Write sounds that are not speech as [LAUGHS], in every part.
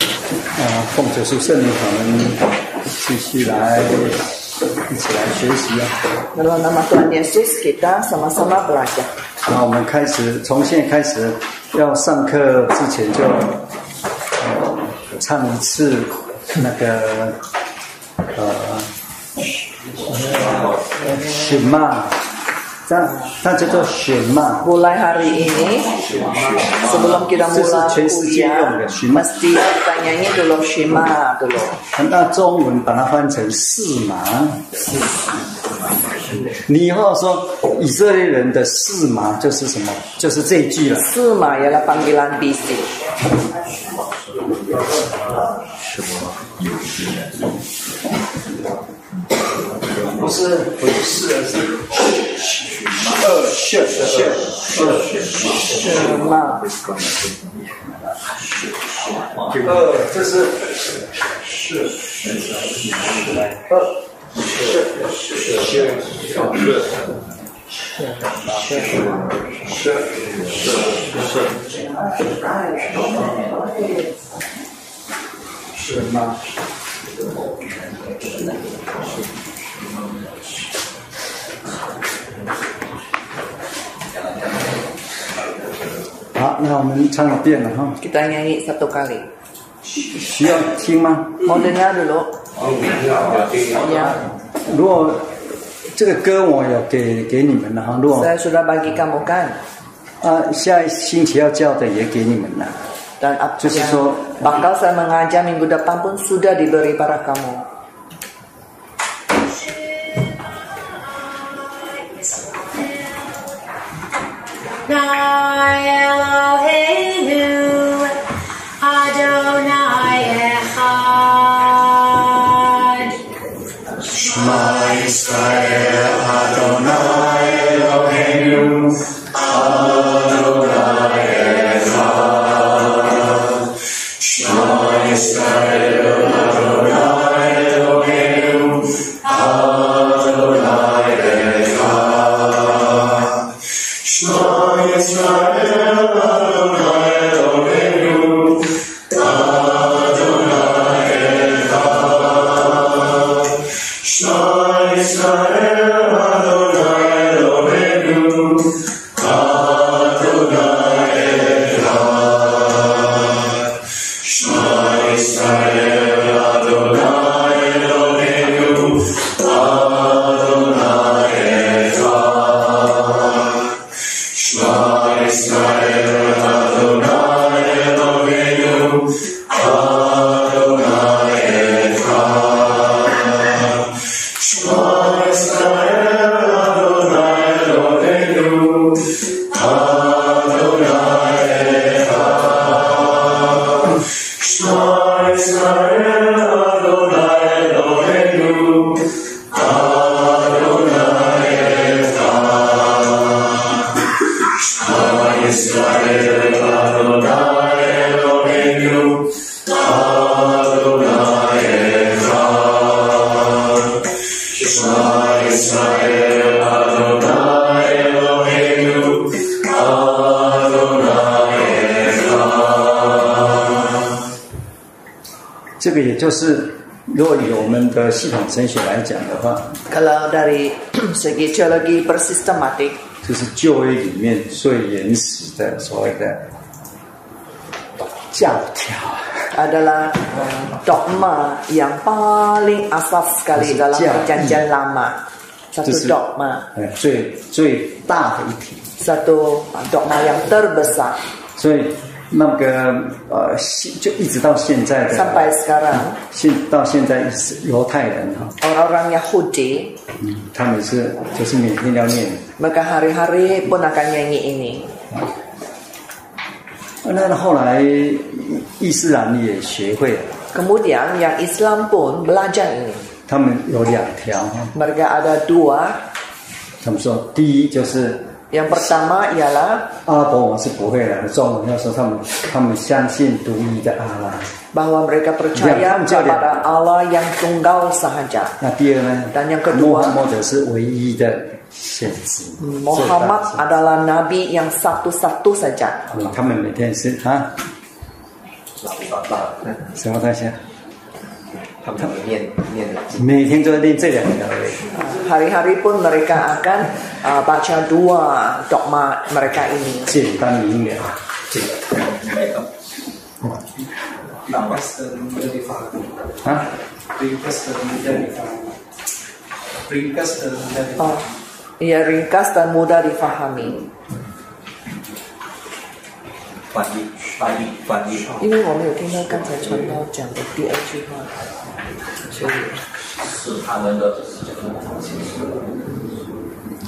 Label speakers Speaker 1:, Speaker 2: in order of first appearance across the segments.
Speaker 1: 呃，奉主是圣灵，我们继续来一起来学习啊。
Speaker 2: Dalam nama Tuhan Yesus kita sama-sama belajar.
Speaker 1: 那我们开始，从现在开始要上课之前就、呃唱一次那个呃雪嘛，这样那叫做雪嘛，
Speaker 2: Mulai hari ini, sebelum kita
Speaker 1: This is
Speaker 2: mulai
Speaker 1: Chinese idiom, ya,
Speaker 2: kuliah,
Speaker 1: Shema.
Speaker 2: mesti kita nyanyi dulu Shema dulu.
Speaker 1: 那中文把它翻成四麻。你以后说以色列人的四麻就是什么？就是这一句了。
Speaker 2: Sema ialah panggilan bisik.
Speaker 1: 不是不是，而是二选选
Speaker 2: Shema.
Speaker 1: 二，这是二。是吗？好，那我们唱一遍了哈，
Speaker 2: Kita nyanyi satu kali.
Speaker 1: 需要听吗？
Speaker 2: Mau dengar dulu? Ya,
Speaker 1: 如果这个歌我有给给你们了哈，如果
Speaker 2: saya sudah bagi kamu kan.
Speaker 1: 啊下星期要教的也给你们了，
Speaker 2: Dan apa
Speaker 1: Just
Speaker 2: yang
Speaker 1: so-
Speaker 2: bakal saya mengajar minggu depan pun sudah diberi para kamu. 这个也就是如果以我们的系统神学来讲的话， Kalau dari [CLEARS THROAT] segi teologi bersistematik,
Speaker 1: 就是旧约里面最原始的所谓的教条，
Speaker 2: adalah eh, dogma yang paling asas sekali dalam
Speaker 1: Sejak.
Speaker 2: perjanjian lama. Satu
Speaker 1: Terus-
Speaker 2: dogma,
Speaker 1: 呃，最最大的一题。
Speaker 2: satu dogma yang terbesar
Speaker 1: 所以那个呃，现就一直到现在的，
Speaker 2: sampai sekarang
Speaker 1: 现到现在是犹太人哈、
Speaker 2: orang-orang Yahudi
Speaker 1: 嗯，他们是就是每天要念。
Speaker 2: mereka hari-hari pun akan nyanyi ini.
Speaker 1: 那后来伊斯兰也学会了，
Speaker 2: Kemudian yang Islam pun belajar ini.
Speaker 1: 他们有两条哈，
Speaker 2: Mereka ada dua.
Speaker 1: 他们说第一就是。
Speaker 2: Yang pertama ialah
Speaker 1: 阿拉伯文是不会的，中文要说他们他们相信独一的阿拉。
Speaker 2: bahwa mereka percaya
Speaker 1: Yang pertama.
Speaker 2: kepada Allah yang tunggal sahaja.
Speaker 1: 那第二呢？
Speaker 2: Dan yang kedua
Speaker 1: 穆罕默德是唯一的先知。
Speaker 2: 嗯 Muhammad adalah nabi yang satu-satu saja.
Speaker 1: 最大的嗯他们每天是啊，
Speaker 3: 老爸爸，
Speaker 1: 什么东西啊？
Speaker 3: 他们会念念的经。
Speaker 1: 每天都在练这两个而已。
Speaker 2: Hari-hari pun mereka akan uh, baca dua dogma mereka ini.
Speaker 1: 简单明了，
Speaker 3: 这个没有。那 Western 这地方
Speaker 1: 啊，
Speaker 3: ，Bring Western 这地方，Bring Western 这地
Speaker 2: Oh, ia ringkas dan mudah difahami.
Speaker 3: 翻译翻译翻译。
Speaker 2: 因为我们有听到刚才传道讲的第二句话，所以
Speaker 3: 是他们的这个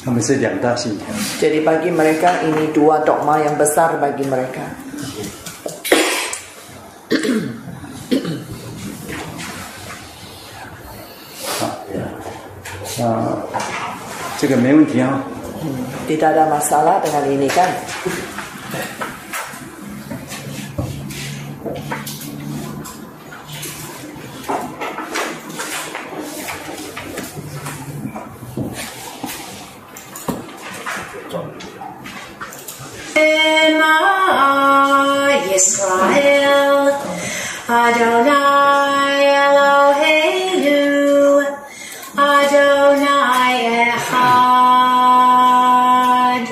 Speaker 1: 他们是两大信条。
Speaker 2: jadi bagi mereka ini dua dogma yang besar bagi mereka.
Speaker 1: 啊，这个没问题啊、
Speaker 2: Tidak ada masalah dengan ini kan?
Speaker 4: Shema Yisrael, Adonai Eloheinu, Adonai Echad.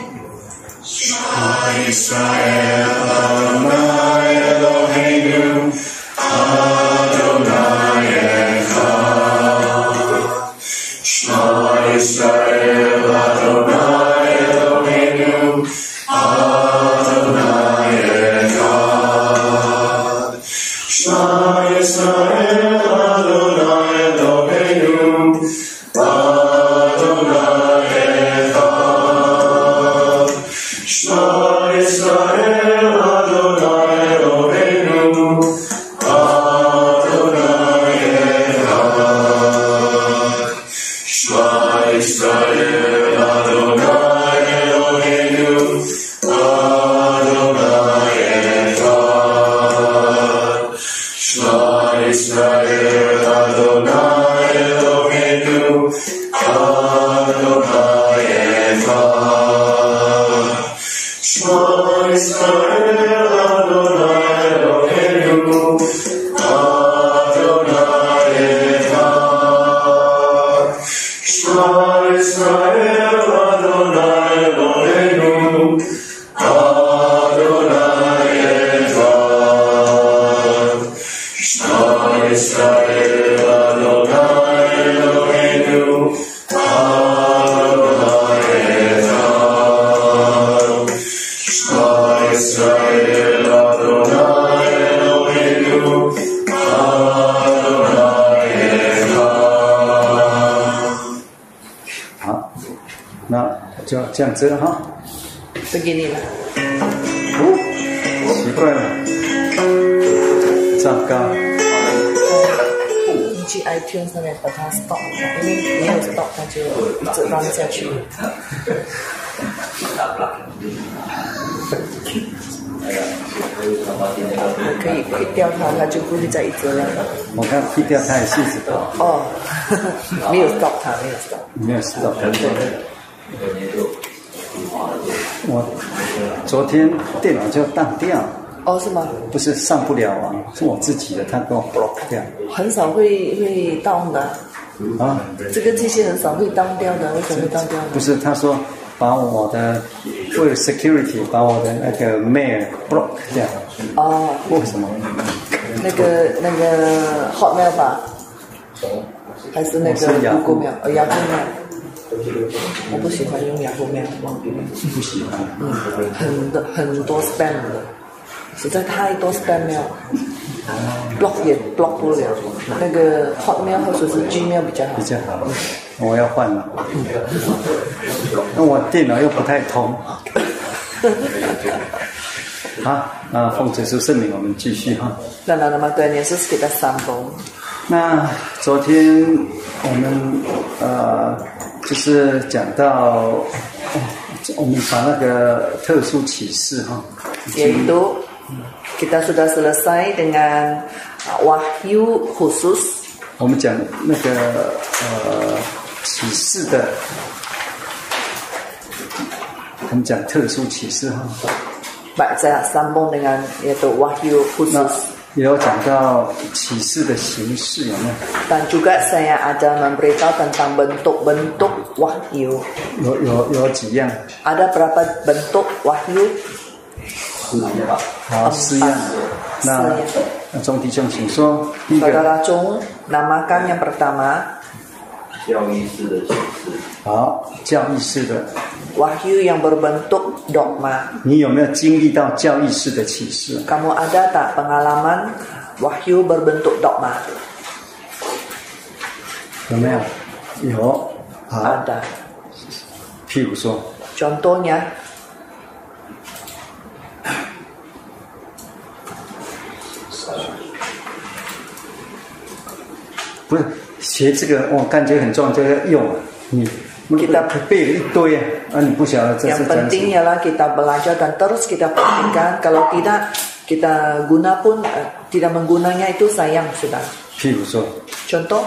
Speaker 1: 好，那就这样子啊了哈。
Speaker 2: Beginilah.
Speaker 1: 哦奇怪了，糟糕，
Speaker 2: 去 iTunes 那边把它 stop，因为没有 stop 它就一直 run 下去。可以 quit 掉它，它就不会再一直 run 了。
Speaker 1: 我刚 P 掉他的信息了，
Speaker 2: 哦， [LAUGHS] 没有 stop 它，没有 stop。
Speaker 1: 没有事的。我昨天电脑就当掉，
Speaker 2: 哦，是吗？
Speaker 1: 不是上不了网，是我自己的，他给我 block 掉
Speaker 2: 很少会会 down 的，
Speaker 1: 啊。
Speaker 2: 这个机器很少会 down 掉的，为什么会 down 掉
Speaker 1: 不
Speaker 2: 呢？
Speaker 1: 是，他说把我的为了 security 把我的那个 mail block 掉，
Speaker 2: 哦，
Speaker 1: 为什么？
Speaker 2: 那个那个 Hotmail 吧，还是那
Speaker 1: 是
Speaker 2: 个
Speaker 1: Yahoo
Speaker 2: Google Mail，呃，Yahoo Mail。我不喜欢用 Yahoo Mail，
Speaker 1: 不喜欢。
Speaker 2: 很多很多 spam 的，实在太多 spam mail。block 也 block 不了，那个 Hotmail 或者是 Gmail 比较好
Speaker 1: 比。较好，我要换了。那我电脑又不太通。 [LAUGHS] 好，那奉主是圣灵，我们继续哈。
Speaker 2: 那那那么多年是 skip 三封，
Speaker 1: 那昨天我们呃，就是讲到、哦我们把那个特殊启示哈，
Speaker 2: yaitu kita sudah selesai dengan uh, wahyu khusus
Speaker 1: 我们讲那个呃启示的，我们讲特殊启示哈。
Speaker 2: baca sambung dengan yaitu wahyu
Speaker 1: 那
Speaker 2: khusus
Speaker 1: 也有讲到启示的形式，有没有？
Speaker 2: Dan juga saya ada memberitahu tentang bentuk-bentuk wahyu.
Speaker 1: 有有有几样？
Speaker 2: Ada berapa bentuk wahyu?
Speaker 1: 好，啊四样。啊那
Speaker 2: 四样
Speaker 1: 那钟弟兄，请说第一个。
Speaker 2: Saudara Chung namakan yang pertama
Speaker 5: 教义式的启示，
Speaker 1: 好，教义式的，
Speaker 2: wahyu yang berbentuk dogma.
Speaker 1: 你有没有经历到教义式的启示？
Speaker 2: Kamu ada tak pengalaman wahyu berbentuk dogma?
Speaker 1: 有没有？有。好，
Speaker 2: Ada.
Speaker 1: 譬如说，
Speaker 2: Contohnya
Speaker 1: 不是学这个，我感觉很重要，就要用啊。你
Speaker 2: 给他
Speaker 1: 背了一堆啊，啊，你不晓得这是
Speaker 2: Yang
Speaker 1: 讲什
Speaker 2: penting
Speaker 1: 么。
Speaker 2: ialah kita belajar dan terus kita praktikkan. Kalau tidak kita guna pun eh, tidak menggunanya itu sayang sudah.
Speaker 1: 譬如说，
Speaker 2: Contoh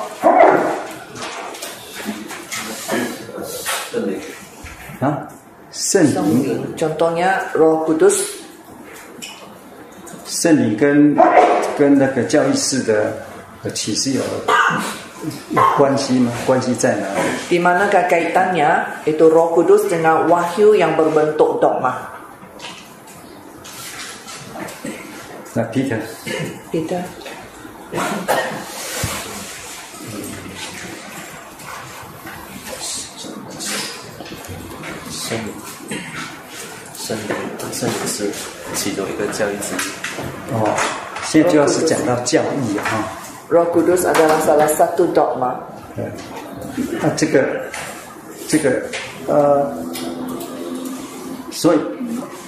Speaker 5: 圣灵
Speaker 1: 啊，圣灵，
Speaker 2: contohnya Roh Kudus
Speaker 1: 圣灵跟跟那个教义式的呃启示有有关系吗？关系在哪里？
Speaker 2: di manakah kaitannya itu Roh Kudus dengan wahyu yang berbentuk dogma?
Speaker 1: 那 Peter，
Speaker 2: Peter
Speaker 6: 圣圣灵圣灵是其中一个教义之一，
Speaker 1: 哦，现在就要是讲到教义啊哈，
Speaker 2: Roh Kudus adalah salah satu dogma.
Speaker 1: 对，那啊这个这个
Speaker 2: Eh,
Speaker 1: 呃，所以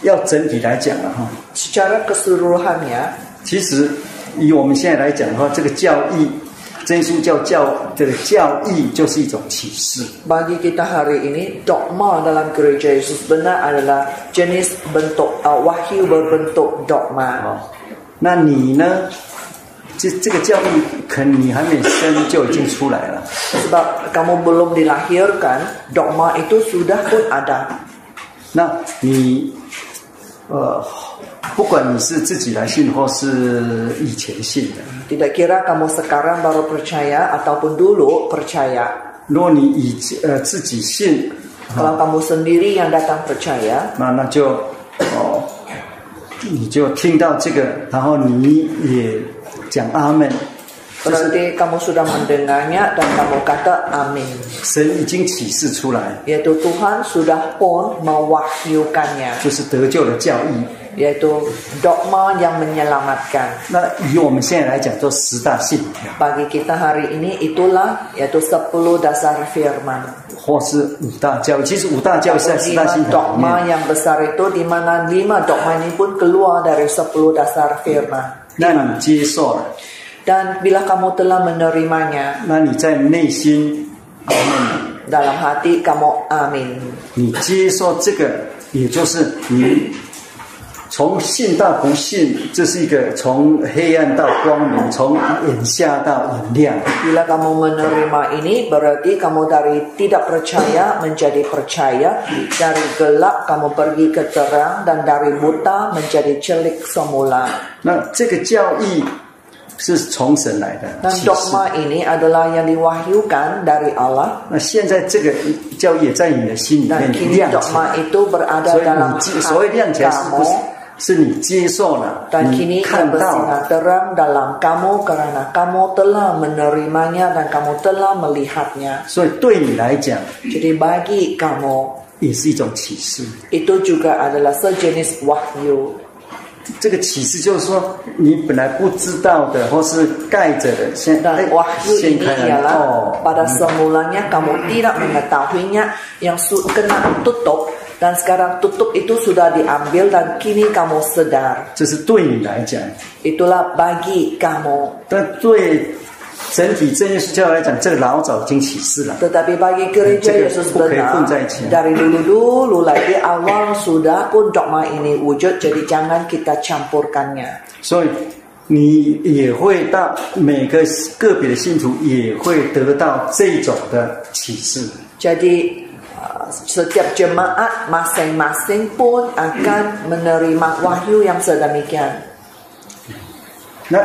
Speaker 1: 要整体来讲啊哈，
Speaker 2: Secara keseluruhannya,
Speaker 1: 其实以我们现在来讲的话，这个教义，真耶稣教教这个教义就是一种启示，
Speaker 2: bagi kita hari ini dogma dalam gereja Yesus benar adalah jenis bentuk uh, wahyu berbentuk dogma.
Speaker 1: 哦，那你呢？这这个教育可能你还没生就已经出来了，
Speaker 2: Sebab kamu belum dilahirkan, dogma itu sudah pun ada.
Speaker 1: 那你呃，不管你是自己来信或是以前信的，
Speaker 2: Tidak kira kamu sekarang baru percaya ataupun dulu percaya.
Speaker 1: 如果你以呃自己信，
Speaker 2: Kalau kamu sendiri yang datang percaya,
Speaker 1: 那那就哦，你就听到这个，然后你也讲阿门，就是
Speaker 2: berarti kamu sudah mendengarnya dan kamu kata amin.
Speaker 1: 神已经启示出来，
Speaker 2: Yaitu Tuhan sudah pun mewahyukannya.
Speaker 1: 就是得救的教义。
Speaker 2: Yaitu dogma yang menyelamatkan.
Speaker 1: 那以我们现在来讲，做十大信条。
Speaker 2: Bagi kita hari ini itulah yaitu 10 dasar firman.
Speaker 1: 或是五大教，其实五大教是在四大
Speaker 2: Lima
Speaker 1: 信条里
Speaker 2: dogma
Speaker 1: 面。
Speaker 2: yang besar itu di mana lima dogma ini pun keluar dari 10 dasar firman.
Speaker 1: 那你接受了，
Speaker 2: Dan bila kamu telah menerimanya
Speaker 1: 那你在内心，
Speaker 2: dalam hati kamu amin.
Speaker 1: 你接受这个，也就是你从信到不信，这是一个从黑暗到光明，从眼瞎到眼亮。
Speaker 2: Bila kamu menerima ini berarti kamu dari tidak percaya menjadi percaya, dari gelap kamu pergi ke terang dan dari buta menjadi celik semula.
Speaker 1: 那这个教义是从神来的
Speaker 2: Dan
Speaker 1: 启示。
Speaker 2: dogma ini adalah yang diwahyukan dari Allah
Speaker 1: 那现在这个教义也在你的心里
Speaker 2: dan
Speaker 1: 面
Speaker 2: kini
Speaker 1: 亮起来
Speaker 2: dogma，itu berada
Speaker 1: 所以
Speaker 2: dalam
Speaker 1: 你接，所谓亮起
Speaker 2: hati
Speaker 1: 来是不
Speaker 2: kamu
Speaker 1: 是？是你接受了
Speaker 2: dan，
Speaker 1: 你
Speaker 2: kini
Speaker 1: 看啊到了
Speaker 2: bersinar。terang dalam kamu karena kamu telah menerimanya dan kamu telah melihatnya.
Speaker 1: 所以对你来讲
Speaker 2: Jadi bagi kamu
Speaker 1: 也是一种启示。
Speaker 2: itu juga adalah sejenis wahyu.
Speaker 1: 这个启示就是说，你本来不知道的，或是盖着的，现哎
Speaker 2: Dan wahyu
Speaker 1: 掀
Speaker 2: ini
Speaker 1: 开来
Speaker 2: ialah
Speaker 1: 哦，
Speaker 2: pada semulanya kamu tidak mengetahuinya yang su- kena tutup dan sekarang tutup itu sudah diambil dan kini kamu sedar.
Speaker 1: 这是对你来讲，
Speaker 2: Itulah bagi kamu.
Speaker 1: 但对整体正耶稣教来讲，这个老早已经启示了。
Speaker 2: Tetapi bagi gereja
Speaker 1: Jadi,
Speaker 2: Yesus
Speaker 1: bukan pun
Speaker 2: benar
Speaker 1: zaitnya.
Speaker 2: dari dulu-dulu lagi awal sudah pun dogma ini wujud jadi jangan kita campurkannya.
Speaker 1: 所以你也会到每个个别的信徒也会得到这种的启示。
Speaker 2: Jadi uh, setiap jemaat masing-masing pun akan menerima wahyu yang sedemikian.
Speaker 1: 那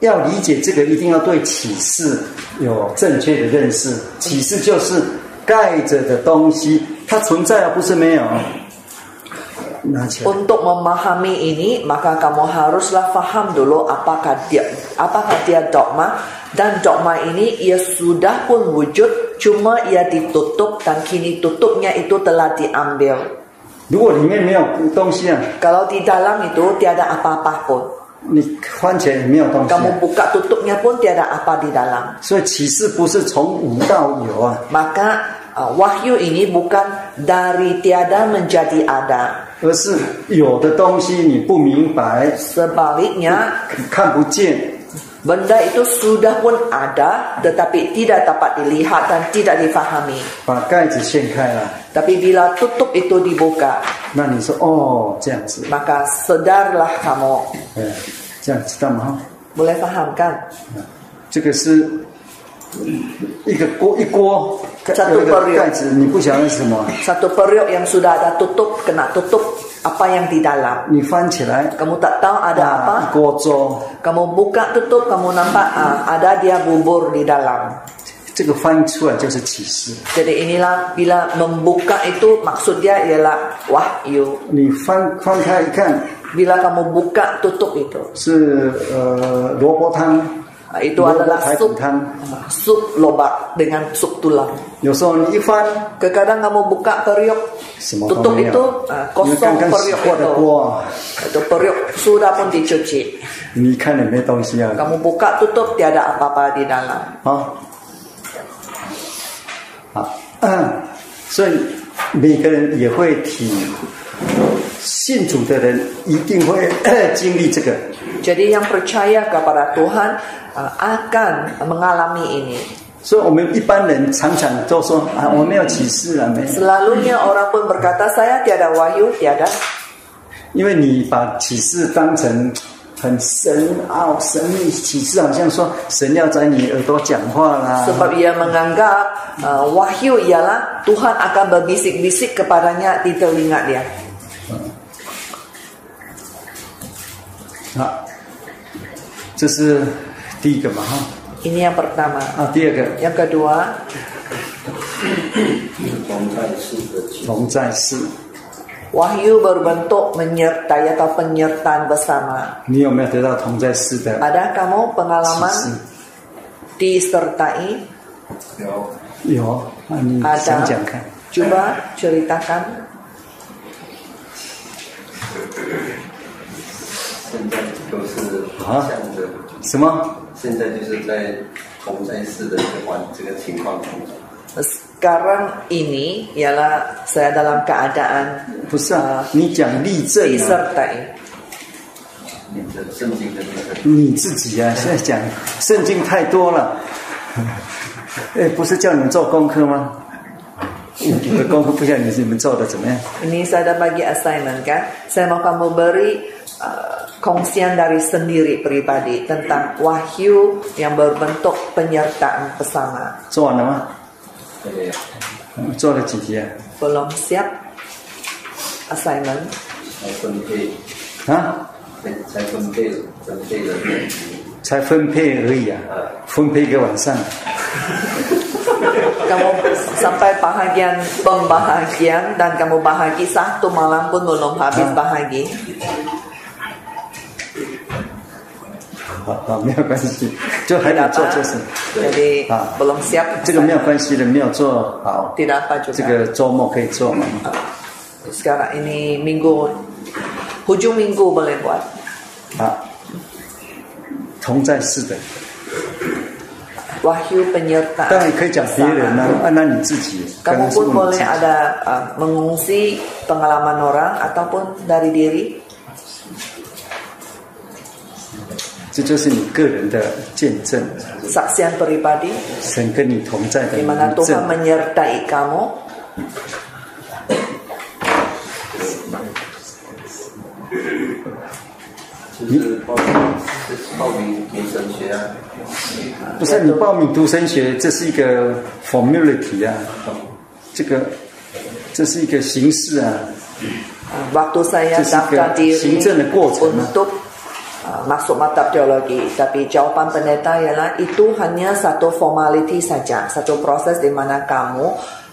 Speaker 1: 要理解这个，一定要对启示有正确的认识。启示就是盖着的东西，它存在啊，不是没有。拿起来。
Speaker 2: Untuk memahami ini, maka kamu haruslah faham dulu apakah dia apakah dia dogma dan dogma ini ia sudah pun wujud, cuma ia ditutup dan kini tutupnya itu telah diambil.
Speaker 1: 如果里面没有东西啊，
Speaker 2: Kalau di dalam itu tiada apa-apa pun.
Speaker 1: 你翻起来也没有东西、啊
Speaker 2: Kamu。buka tutupnya pun tiada apa di dalam.
Speaker 1: 所以启示不是从无到有啊，
Speaker 2: Maka uh, wahyu ini bukan dari tiada menjadi ada.
Speaker 1: 而是有的东西你不明白、
Speaker 2: Sebaliknya,
Speaker 1: 看不见，
Speaker 2: benda itu sudah pun ada tetapi tidak dapat dilihat dan tidak difahami.
Speaker 1: 把盖子掀开了，
Speaker 2: Tapi bila tutup itu dibuka,
Speaker 1: 那你说哦，这样子，
Speaker 2: maka sedarlah kamu.
Speaker 1: 嗯，这样知道吗？哈
Speaker 2: Boleh faham kan?
Speaker 1: 这个是一个锅一锅，盖
Speaker 2: 这
Speaker 1: 有一
Speaker 2: 都
Speaker 1: 个
Speaker 2: 不一样
Speaker 1: 盖子，你不晓得是什么，
Speaker 2: Satu periuk yang sudah ada tutup kena tutup apa yang di dalam.
Speaker 1: 你翻起来，
Speaker 2: Kamu tak tahu
Speaker 1: Ah,
Speaker 2: ada apa.
Speaker 1: 啊，一锅粥，
Speaker 2: Kamu buka tutup, kamu nampak ah, ada dia bubur di dalam.
Speaker 1: 这个翻出来就是启示。
Speaker 2: Jadi inilah bila membuka itu maksud dia ialah wahyu.
Speaker 1: 你翻翻开一看，
Speaker 2: Bila kamu buka tutup itu,
Speaker 1: 是呃萝卜汤，
Speaker 2: ah, itu
Speaker 1: 萝卜
Speaker 2: adalah
Speaker 1: 排骨
Speaker 2: sup
Speaker 1: 汤。
Speaker 2: sup lobak dengan sup tulang.
Speaker 1: 有时候你一翻，
Speaker 2: Kadang kamu buka periuk
Speaker 1: 什么都
Speaker 2: tutup
Speaker 1: 没
Speaker 2: itu
Speaker 1: 有
Speaker 2: ah,，
Speaker 1: 因为
Speaker 2: kosong
Speaker 1: 刚刚洗
Speaker 2: periuk
Speaker 1: 过的
Speaker 2: itu.
Speaker 1: 锅啊，
Speaker 2: Itu periuk sudah pun dicuci.
Speaker 1: 你看了没东西啊？
Speaker 2: Kamu buka tutup tiada apa-apa di dalam.
Speaker 1: 啊，好，嗯，所以每个人也会体，信主的人一定会 [COUGHS] 经历这个。
Speaker 2: Jadi yang percaya kepada Tuhan ah, akan mengalami ini.
Speaker 1: 所以我们一般人常常都说啊，我没有启示啊，没有，
Speaker 2: Selalunya orang pun berkata saya tiada wahyu, tiada
Speaker 1: 因为你把启示当成很深奥、神秘启示，好像说神要在你耳朵讲话啦。
Speaker 2: sebab ia menganggap uh, wahyu ialah Tuhan akan berbisik-bisik kepadanya di telinga dia.
Speaker 1: 啊，这是第一个嘛哈。
Speaker 2: Ini yang pertama.
Speaker 1: 啊，第二个
Speaker 2: Yang kedua,
Speaker 5: 同在世的情，
Speaker 1: 同在世，
Speaker 2: wahyu berbentuk menyertai ya, atau penyertaan bersama.
Speaker 1: 你有没有得到同在世的
Speaker 2: Ada
Speaker 1: 启
Speaker 2: kamu pengalaman
Speaker 1: 示？
Speaker 2: disertai?
Speaker 3: 有
Speaker 1: 有啊，你想讲看，
Speaker 2: Coba ceritakan
Speaker 5: 现在就是
Speaker 1: 啊
Speaker 5: 向着，
Speaker 1: 什么？
Speaker 5: 现在就是在同在世的这环这个情况中，
Speaker 2: sekarang ini ialah saya dalam keadaan
Speaker 1: 不是啊，你讲例证啊，
Speaker 2: disertai.
Speaker 5: 你的圣经的那个
Speaker 1: 你自己啊， [LAUGHS] 现在讲圣经太多了。 [LAUGHS] 哎，不是叫你们做功课吗？你的功课不像你你们做的怎么样？
Speaker 2: Ini saya ada bagi assignment kan. Saya mau kamu beri uh, kongsian dari sendiri pribadi tentang wahyu yang berbentuk penyertaan pesama.
Speaker 1: 做完了吗？
Speaker 5: 对呀，
Speaker 1: 嗯做了几题啊？
Speaker 2: Belum siap assignment
Speaker 5: 来分配，
Speaker 1: 啊，
Speaker 5: 才才分配分配的问题，
Speaker 1: 才分配而已啊，分配一个晚上。
Speaker 2: kamu sampai bahagian pembahagian dan kamu bahagi satu malam pun belum habis bahagi
Speaker 1: 好好，没有关系，就还得
Speaker 2: tidak
Speaker 1: 做
Speaker 2: apa
Speaker 1: 就是。
Speaker 2: jadi
Speaker 1: Ah.
Speaker 2: belum siap
Speaker 1: 这个没有关系的，没有做好，
Speaker 2: tidak apa
Speaker 1: 这
Speaker 2: juga
Speaker 1: 个周末可以做嘛？
Speaker 2: sekarang ini minggu hujung minggu boleh buat
Speaker 1: 啊，同在世的，
Speaker 2: wahyu penyertaan
Speaker 1: 当然可以讲别人呢、
Speaker 2: bersama.
Speaker 1: 啊，那你自己，刚
Speaker 2: Kamu
Speaker 1: 刚是
Speaker 2: pun
Speaker 1: 问你
Speaker 2: boleh
Speaker 1: 自己，
Speaker 2: ada uh, mengungsi pengalaman orang ataupun dari diri.
Speaker 1: 这就是你个人的见证，
Speaker 2: Saksian pribadi
Speaker 1: 神跟你同在的
Speaker 2: di mana
Speaker 1: 明
Speaker 2: Tuhan
Speaker 1: 证。
Speaker 2: menyertai kamu.
Speaker 5: 就是报名就是报名读神学啊，
Speaker 1: 不是你报名读神学，这是一个 formality 啊，这个这是一个形式啊，
Speaker 2: Uh, Waktu saya
Speaker 1: Itu juga
Speaker 2: daftar diri
Speaker 1: 行政的过程啊。
Speaker 2: untuk uh, masuk mata teologi. Tapi jawapan pendeta ialah itu hanya satu formality saja, satu proses di mana kamu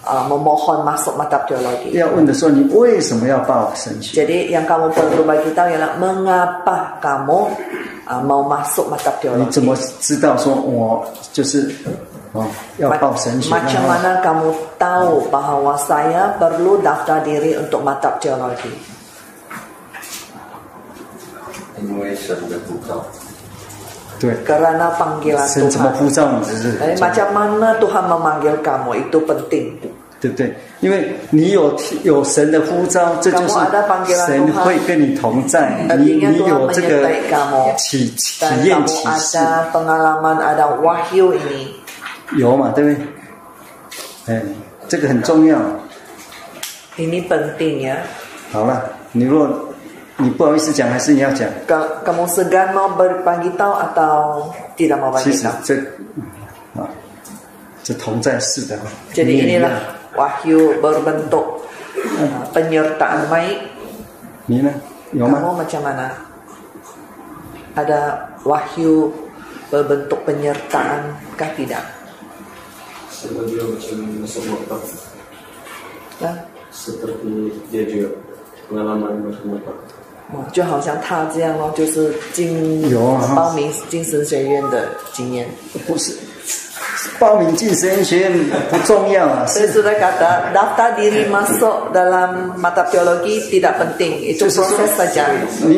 Speaker 2: uh, memohon masuk mata teologi.
Speaker 1: 要问的说，你为什么要报神学？
Speaker 2: Jadi yang kamu perlu bagi tahu ialah mengapa kamu uh, mau masuk mata
Speaker 1: 你
Speaker 2: teologi.
Speaker 1: 怎么知道说我就是哦要
Speaker 2: Ma-
Speaker 1: 报神学？然
Speaker 2: macam
Speaker 1: 后
Speaker 2: mana kamu tahu bahawa saya perlu daftar diri untuk mata teologi?
Speaker 5: 因为神的护照，
Speaker 1: 对，
Speaker 2: Kerana panggilan
Speaker 1: 神怎么
Speaker 2: Tuhan.
Speaker 1: 呼召你？是
Speaker 2: Jadi
Speaker 1: 不是？
Speaker 2: macam mana Tuhan memanggil kamu itu penting.
Speaker 1: 对不对？因为你有有神的呼召，这就是神会跟你同在，你你有这个体体
Speaker 2: Dan
Speaker 1: 验
Speaker 2: kamu
Speaker 1: 启示
Speaker 2: ada pengalaman, ada wahyu ini.
Speaker 1: 有嘛，对不对？哎，这个很重要。
Speaker 2: Ini penting ya.
Speaker 1: 好了，你若你不好意思讲，还是你要讲。
Speaker 2: Ka- Kamu segan mau berbagi tahu atau tidak mau
Speaker 1: 其
Speaker 2: bagi
Speaker 1: 实
Speaker 2: tahu?
Speaker 1: 这啊，这同在世的，你
Speaker 2: Jadi
Speaker 1: 也一样
Speaker 2: inilah wahyu berbentuk uh, penyertaan baik.
Speaker 1: 你呢？有吗？
Speaker 2: Kamu macam mana? Ada wahyu berbentuk penyertaan kah tidak?
Speaker 5: Sebab dia macam masuk motor,
Speaker 2: Ya.
Speaker 5: seperti dia juga pengalaman masuk motor.
Speaker 2: 哦，就好像他这样咯，就是进
Speaker 1: 有啊哈
Speaker 2: 报名精神学院的经验。
Speaker 1: 不是，报名进神学院不重要啊，
Speaker 2: Saya
Speaker 1: 是
Speaker 2: sudah kata daftar diri masuk dalam mata teologi tidak penting, itu proses saja.
Speaker 1: 你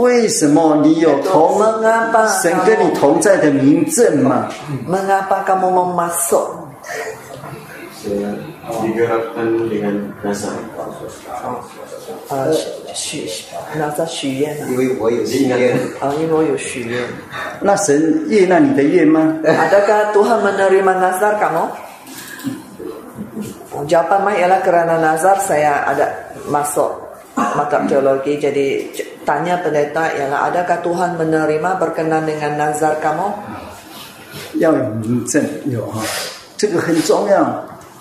Speaker 1: 为什么你有同
Speaker 2: 我们啊爸
Speaker 1: 神跟你同在的名证嘛？
Speaker 2: Mengapa kamu mau masuk?
Speaker 5: Saya digerakkan dengan NASA，
Speaker 2: 呃，许许，那叫许愿啊
Speaker 1: Mm.
Speaker 5: 因为我有信念，
Speaker 2: 啊，因为我有许愿。
Speaker 1: 那神悦纳你的愿吗？
Speaker 2: Adakah Tuhan menerima nazar kamu? Jawapan mah ialah kerana nazar saya ada masuk mata teologi. Jadi c- tanya pendeta ialah adakah Tuhan menerima berkenan dengan nazar kamu?
Speaker 1: 要有名证，有哈、这个很重要。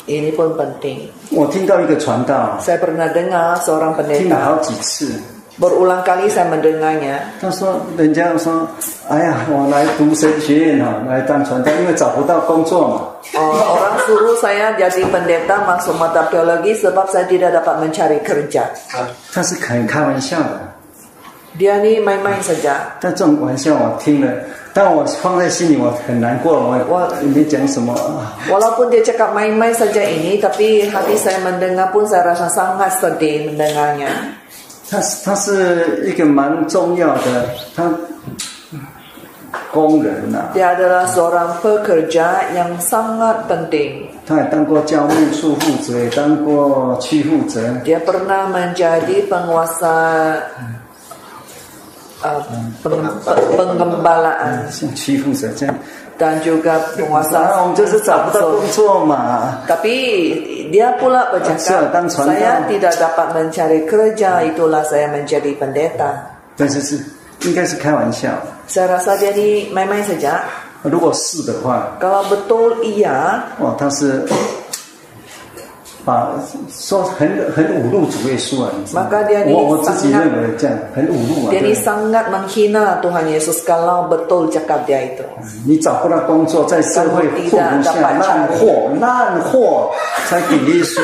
Speaker 2: Ini pun penting.
Speaker 1: 我听到一个传道，
Speaker 2: Saya pernah dengar seorang
Speaker 1: 听了
Speaker 2: pendeta
Speaker 1: 好几次，
Speaker 2: berulang kali saya mendengarnya.
Speaker 1: 他说人家说，哎呀，我来读神学院哈、来当传道，因为找不到工作嘛。
Speaker 2: Oh, orang suruh saya jadi pendeta masuk mata teologi sebab saya tidak dapat mencari kerja.
Speaker 1: 他是很开玩笑的，
Speaker 2: Dia ni main-main saja.
Speaker 1: 但这种玩笑我听了，但我放在心里，我很难过，我
Speaker 2: 我
Speaker 1: 我没讲什么啊。
Speaker 2: Walaupun dia cakap main-main saja ini Tapi hati saya mendengar pun saya rasa sangat sedih mendengarnya
Speaker 1: 他是他是一个蛮重要的，他工人呐、啊
Speaker 2: Dia adalah seorang pekerja yang sangat penting
Speaker 1: 他也当过教务处负责，也当过区负责，
Speaker 2: Dia pernah menjadi penguasa uh, peng- pe- Penggembalaan
Speaker 1: 像区负责这样。
Speaker 2: Dan juga
Speaker 1: 那我
Speaker 2: penguasa
Speaker 1: 们就是找不到工作嘛，
Speaker 2: Tapi dia pula bercakap
Speaker 1: Sedang condang.
Speaker 2: Saya tidak dapat mencari kerja Itulah saya menjadi pendeta
Speaker 1: 但是是应该是开玩笑。
Speaker 2: Saya rasa dia ni main-main saja
Speaker 1: 如果是的话，
Speaker 2: Kalau betul iya
Speaker 1: 哇，他是把说很很侮辱主耶稣啊！你知道吗
Speaker 2: Maka dia ni
Speaker 1: 我我自己
Speaker 2: 伤害
Speaker 1: 认为这样很侮辱啊！
Speaker 2: Dia ni
Speaker 1: 对
Speaker 2: sangat menghina Tuhan Yesus kalau betul cakap dia itu.
Speaker 1: 你找不到工作，在社会混不下，烂货烂货才给耶稣。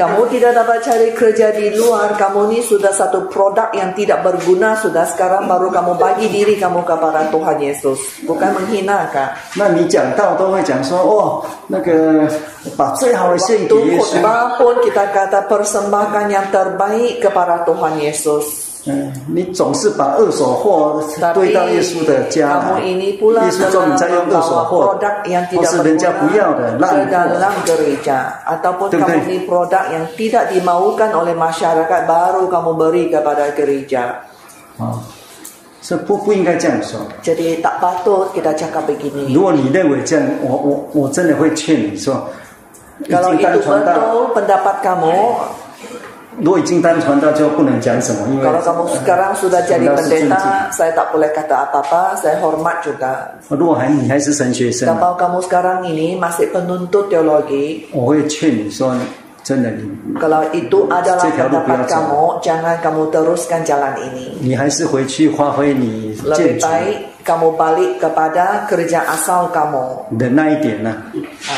Speaker 2: Kamu tidak dapat cari kerja di luar, kamu ni sudah satu produk yang tidak berguna sudah sekarang baru kamu bagi diri kamu kepada Tuhan Yesus. Bukan menghina kak.
Speaker 1: 那你讲到都会讲说哦，那个把最好的献
Speaker 2: Waktu
Speaker 1: 给耶稣。
Speaker 2: khutbah pun kita kata persembahkan yang terbaik kepada Tuhan Yesus.
Speaker 1: 嗯，你总是把二手货
Speaker 2: Tapi
Speaker 1: 堆到耶稣的家
Speaker 2: kamu
Speaker 1: 来，
Speaker 2: ini pula
Speaker 1: 耶稣叫你再用
Speaker 2: telah
Speaker 1: 二手
Speaker 2: membawa
Speaker 1: 货
Speaker 2: produk yang，
Speaker 1: 或
Speaker 2: tidak
Speaker 1: 是人家不要的
Speaker 2: berguna
Speaker 1: 烂
Speaker 2: ke
Speaker 1: 货
Speaker 2: dalam。gereja ataupun
Speaker 1: Betul,
Speaker 2: kamu
Speaker 1: betul.
Speaker 2: ini produk yang tidak dimaukan oleh masyarakat baru kamu beri kepada gereja.
Speaker 1: 啊，所以不不应该这样说。
Speaker 2: Jadi tak patut kita cakap begini.
Speaker 1: 如果你认为这样，我我我真的会劝你说，已
Speaker 2: Kalau
Speaker 1: 经
Speaker 2: itu
Speaker 1: 单传道，
Speaker 2: betul pendapat kamu,
Speaker 1: 如果已经单传道就不能讲什么，因为呃
Speaker 2: kalau kamu sekarang sudah jadi
Speaker 1: 传道是尊
Speaker 2: pendeta,
Speaker 1: 敬。
Speaker 2: saya tak boleh kata apa-apa, saya hormat juga.
Speaker 1: 如果还你还是神学生，
Speaker 2: Kalau kamu sekarang ini masih penuntut teologi,
Speaker 1: 我会劝你说，真的你
Speaker 2: Kalau itu adalah
Speaker 1: Saya tahu
Speaker 2: pendapat
Speaker 1: biasa.
Speaker 2: kamu, jangan kamu teruskan jalan ini.
Speaker 1: 你还是回去发挥你
Speaker 2: Lebih
Speaker 1: 建筑
Speaker 2: baik kamu balik kepada kerja asal kamu.
Speaker 1: 的那一点呢、啊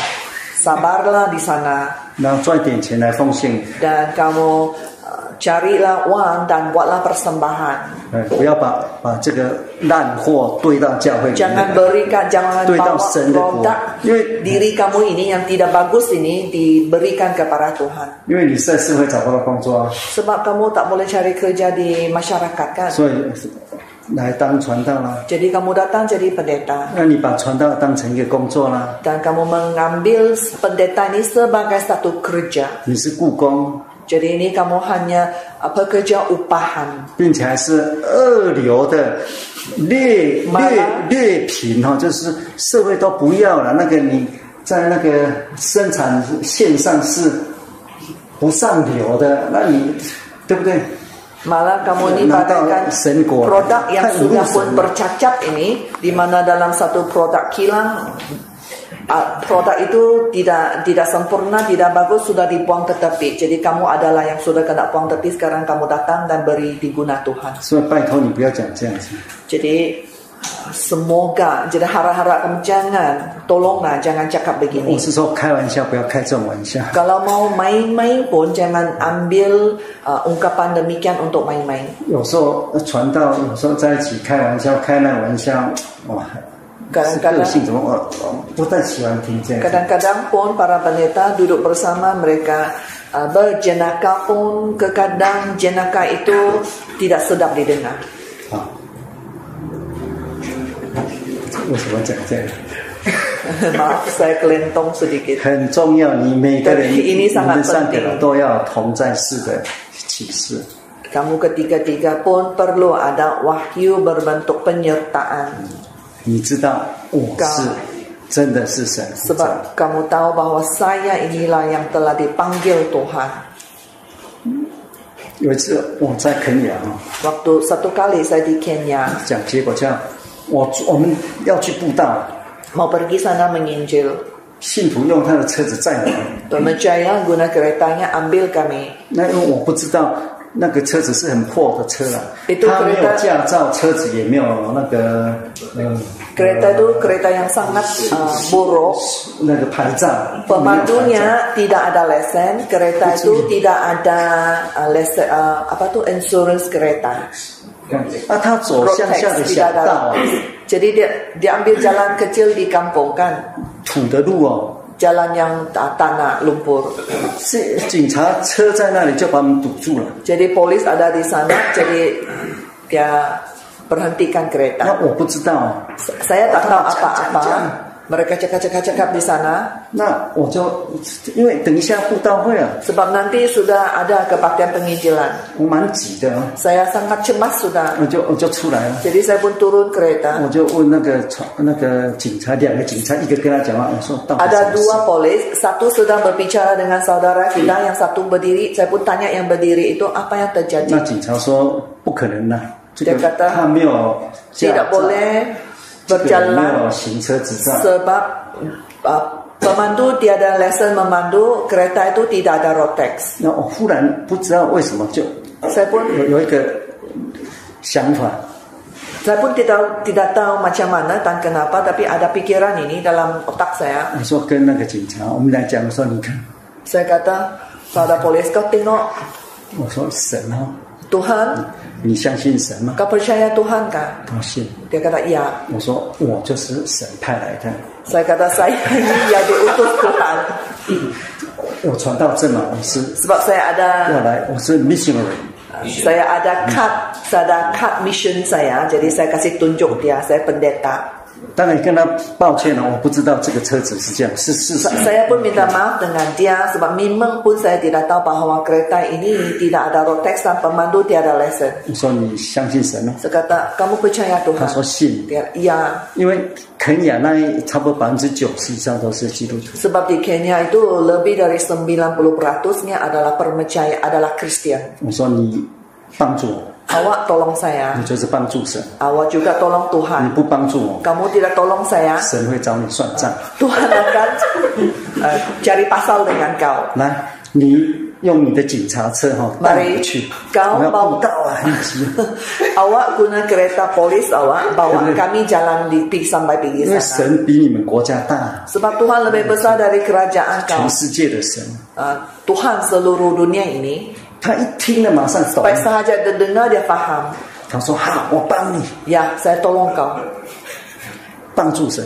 Speaker 2: Ah, Sabarlah di sana
Speaker 1: 然后赚点钱来奉献，
Speaker 2: dan kamu ah, carilah uang dan buatlah persembahan.
Speaker 1: 呃，不要把把这个烂货堆到教会里面。
Speaker 2: Jangan berikan, jangan
Speaker 1: Itu
Speaker 2: bawa
Speaker 1: yang sendiri.
Speaker 2: produk
Speaker 1: Ini-
Speaker 2: diri kamu ini yang tidak bagus ini diberikan kepada Tuhan.
Speaker 1: 因为你在社会找不到工作啊，
Speaker 2: Sebab kamu tak boleh cari kerja di masyarakat kan.
Speaker 1: 所以来当传道啦。
Speaker 2: Jadi kamu datang jadi pendeta
Speaker 1: 那你把传道当成一个工作啦，
Speaker 2: dan kamu mengambil pendeta ini sebagai satu kerja.
Speaker 1: 你是雇工，
Speaker 2: Jadi ini kamu hanya uh, pekerja upahan
Speaker 1: 并且还是二流的劣
Speaker 2: 妈妈
Speaker 1: 劣劣品哦，就是社会都不要了。那个你在那个生产线上是不上流的，那你对不对？
Speaker 2: Malah kamu ini
Speaker 1: Nah,
Speaker 2: bagaikan
Speaker 1: tahu, sengkor.
Speaker 2: produk yang
Speaker 1: Kan
Speaker 2: sudah
Speaker 1: lulusan.
Speaker 2: pun bercacat ini, di mana dalam satu produk kilang, ah, produk itu tidak tidak sempurna, tidak bagus, sudah dibuang ke tepi. Jadi kamu adalah yang sudah kena buang tepi, sekarang kamu datang dan beri diguna Tuhan.
Speaker 1: 所以拜托你不要讲这样子，
Speaker 2: Jadi uh, semoga, jadi harap-harap kamu jangan, tolonglah jangan
Speaker 1: 我
Speaker 2: cakap begini.
Speaker 1: 是说开玩笑，不要开这种玩笑。
Speaker 2: Kalau mau main-main pun jangan ambil ah, ungkapan demikian untuk main-main.
Speaker 1: 有时候呃传道，有时候在一起开玩笑，开那玩笑，哇，是个
Speaker 2: Kadang-kadang
Speaker 1: 性怎么我我不太喜欢听这样子。
Speaker 2: Kadang-kadang pun para pendeta duduk bersama mereka uh, berjenaka pun kekadang jenaka itu tidak sedap didengar. [LAUGHS]
Speaker 1: 啊，为什么讲这样？
Speaker 2: Maaf saya kelentong sedikit.
Speaker 1: 很重要，你每个人，
Speaker 2: 对
Speaker 1: 你
Speaker 2: 因为上海
Speaker 1: 们
Speaker 2: 本
Speaker 1: 上
Speaker 2: 地
Speaker 1: 给了都要同在世的启示，
Speaker 2: Kamu ketiga-tiga pun perlu ada wahyu berbentuk penyertaan
Speaker 1: 你知道我是
Speaker 2: 高
Speaker 1: 真的是神呼召
Speaker 2: sebab kamu tahu bahwa saya inilah yang telah dipanggil Tuhan.
Speaker 1: 有一次我在肯雅啊
Speaker 2: Waktu satu kali saya di Kenya
Speaker 1: 讲结果叫我我们要去布道，
Speaker 2: mau pergi sana menginjil.
Speaker 1: 信徒用他的车子载我们，
Speaker 2: Tuan Jaya guna keretanya ambil kami
Speaker 1: 那因为我不知道。那个车子是很破的车啊，
Speaker 2: 哎对
Speaker 1: 他没
Speaker 2: 对
Speaker 1: 有驾照，车子也没有那个呃
Speaker 2: Kereta itu kereta yang sangat uh, buruk.
Speaker 1: 那个牌照，没有牌照
Speaker 2: Pemandunya tidak ada lesen, kereta itu tidak ada uh, lesen uh, apa tuh insurance kereta.
Speaker 1: 啊，他走向
Speaker 2: Road
Speaker 1: 下的
Speaker 2: tax
Speaker 1: 小
Speaker 2: tidak
Speaker 1: 道
Speaker 2: ada.
Speaker 1: 啊，
Speaker 2: Jadi dia dia ambil jalan kecil di kampung kan,
Speaker 1: 土的路哦，
Speaker 2: jalan yang uh, tanah lumpur.
Speaker 1: 是啊警察车在那里就把我们堵住了。
Speaker 2: Jadi polis ada di sana, jadi dia berhentikan
Speaker 1: 那
Speaker 2: kereta.
Speaker 1: 我不知道啊，
Speaker 2: Saya tak tahu apa-apa. Mereka cakap-cakap-cakap di sana.
Speaker 1: 那我就因为等一下布道会啊，
Speaker 2: Sebab nanti sudah ada kebaktian penginjilan.
Speaker 1: 我蛮急的啊，
Speaker 2: Saya sangat cemas sudah.
Speaker 1: 我就我就出来了。
Speaker 2: Jadi saya pun turun kereta.
Speaker 1: 我就问那个传那个警察，两个警察，一个跟他讲话，我说到底什
Speaker 2: Ada
Speaker 1: 么
Speaker 2: dua polis, satu sedang berbicara dengan saudara kita, yang satu berdiri. Saya pun tanya yang berdiri itu apa yang
Speaker 1: 事？那
Speaker 2: terjadi.
Speaker 1: 警察说不可能呐、这个
Speaker 2: Jakarta
Speaker 1: 他没有驾
Speaker 2: Tidak
Speaker 1: 照，
Speaker 2: boleh
Speaker 1: 这个人没
Speaker 2: berjalan
Speaker 1: 有行车执照，
Speaker 2: sebab uh, pemandu tiada lesen memandu, kereta itu tidak ada road tax.
Speaker 1: 那我忽然不知道为什么就
Speaker 2: Saya pun
Speaker 1: 有有一个想法，
Speaker 2: saya pun tidak tidak tahu macam mana dan kenapa, tapi ada pikiran ini dalam otak saya.
Speaker 1: 我说跟那个警察，我们来讲，我说你看，
Speaker 2: Saya kata, saudara polis kau tengok
Speaker 1: 我说神哦，
Speaker 2: Tuhan,
Speaker 1: 你相信神吗？
Speaker 2: kau percaya Tuhan kah?
Speaker 1: 他信。
Speaker 2: Dia kata, iya.
Speaker 1: 我说我就是神派来的，
Speaker 2: Saya kata, saya [LAUGHS] ini yang diutus Tuhan.
Speaker 1: 我传道证嘛，我是
Speaker 2: Sebab saya ada
Speaker 1: 要来，我是 missionary。
Speaker 2: saya ada kad, saya ada kad mission saya. Jadi saya kasih tunjuk dia, saya pendeta.
Speaker 1: 当然跟他抱歉哦了，我不知道这个车子是这样，是事实
Speaker 2: Sa- Saya pun minta maaf dengan dia sebab memang pun saya tidak tahu bahawa kereta ini tidak ada road tax dan pemandu tiada lesen.
Speaker 1: 我说你相信神吗？
Speaker 2: Saya kata, kamu percaya
Speaker 1: 他
Speaker 2: Tuhan?
Speaker 1: 说信，
Speaker 2: Dia, iya.
Speaker 1: 因为肯雅那一差不多百分之九十以上都是基督徒，
Speaker 2: Sebab di Kenya itu lebih dari 90%-nya adalah permacaya adalah Kristen.
Speaker 1: 我说你帮助我，
Speaker 2: Awak tolong saya.
Speaker 1: 你就是帮助神，
Speaker 2: Awak juga tolong
Speaker 1: 你
Speaker 2: Tuhan.
Speaker 1: 不帮助我，
Speaker 2: Kamu tidak tolong saya,
Speaker 1: 神会找你算账。
Speaker 2: Tuhan akan eh, cari pasal dengan kau. [LAUGHS]
Speaker 1: 来，你用你的警察车哈、哦、带我
Speaker 2: Mari
Speaker 1: 去，
Speaker 2: kau
Speaker 1: 我要
Speaker 2: bawa
Speaker 1: 报道啊，很急。
Speaker 2: awak guna kereta polis awak bawa kami jalan di pi- sampai
Speaker 1: 因
Speaker 2: pinggir
Speaker 1: 为
Speaker 2: sana.
Speaker 1: 神比你们国家大，
Speaker 2: Sebab Tuhan lebih besar dari kerajaan kau.
Speaker 1: 全世界的神，
Speaker 2: Uh, Tuhan seluruh dunia ini
Speaker 1: 他一听了马上懂。
Speaker 2: baik sahaja dia dengar dia faham.
Speaker 1: 他说：“好，我帮你，
Speaker 2: Ya, saya tolong kau.
Speaker 1: 帮助神。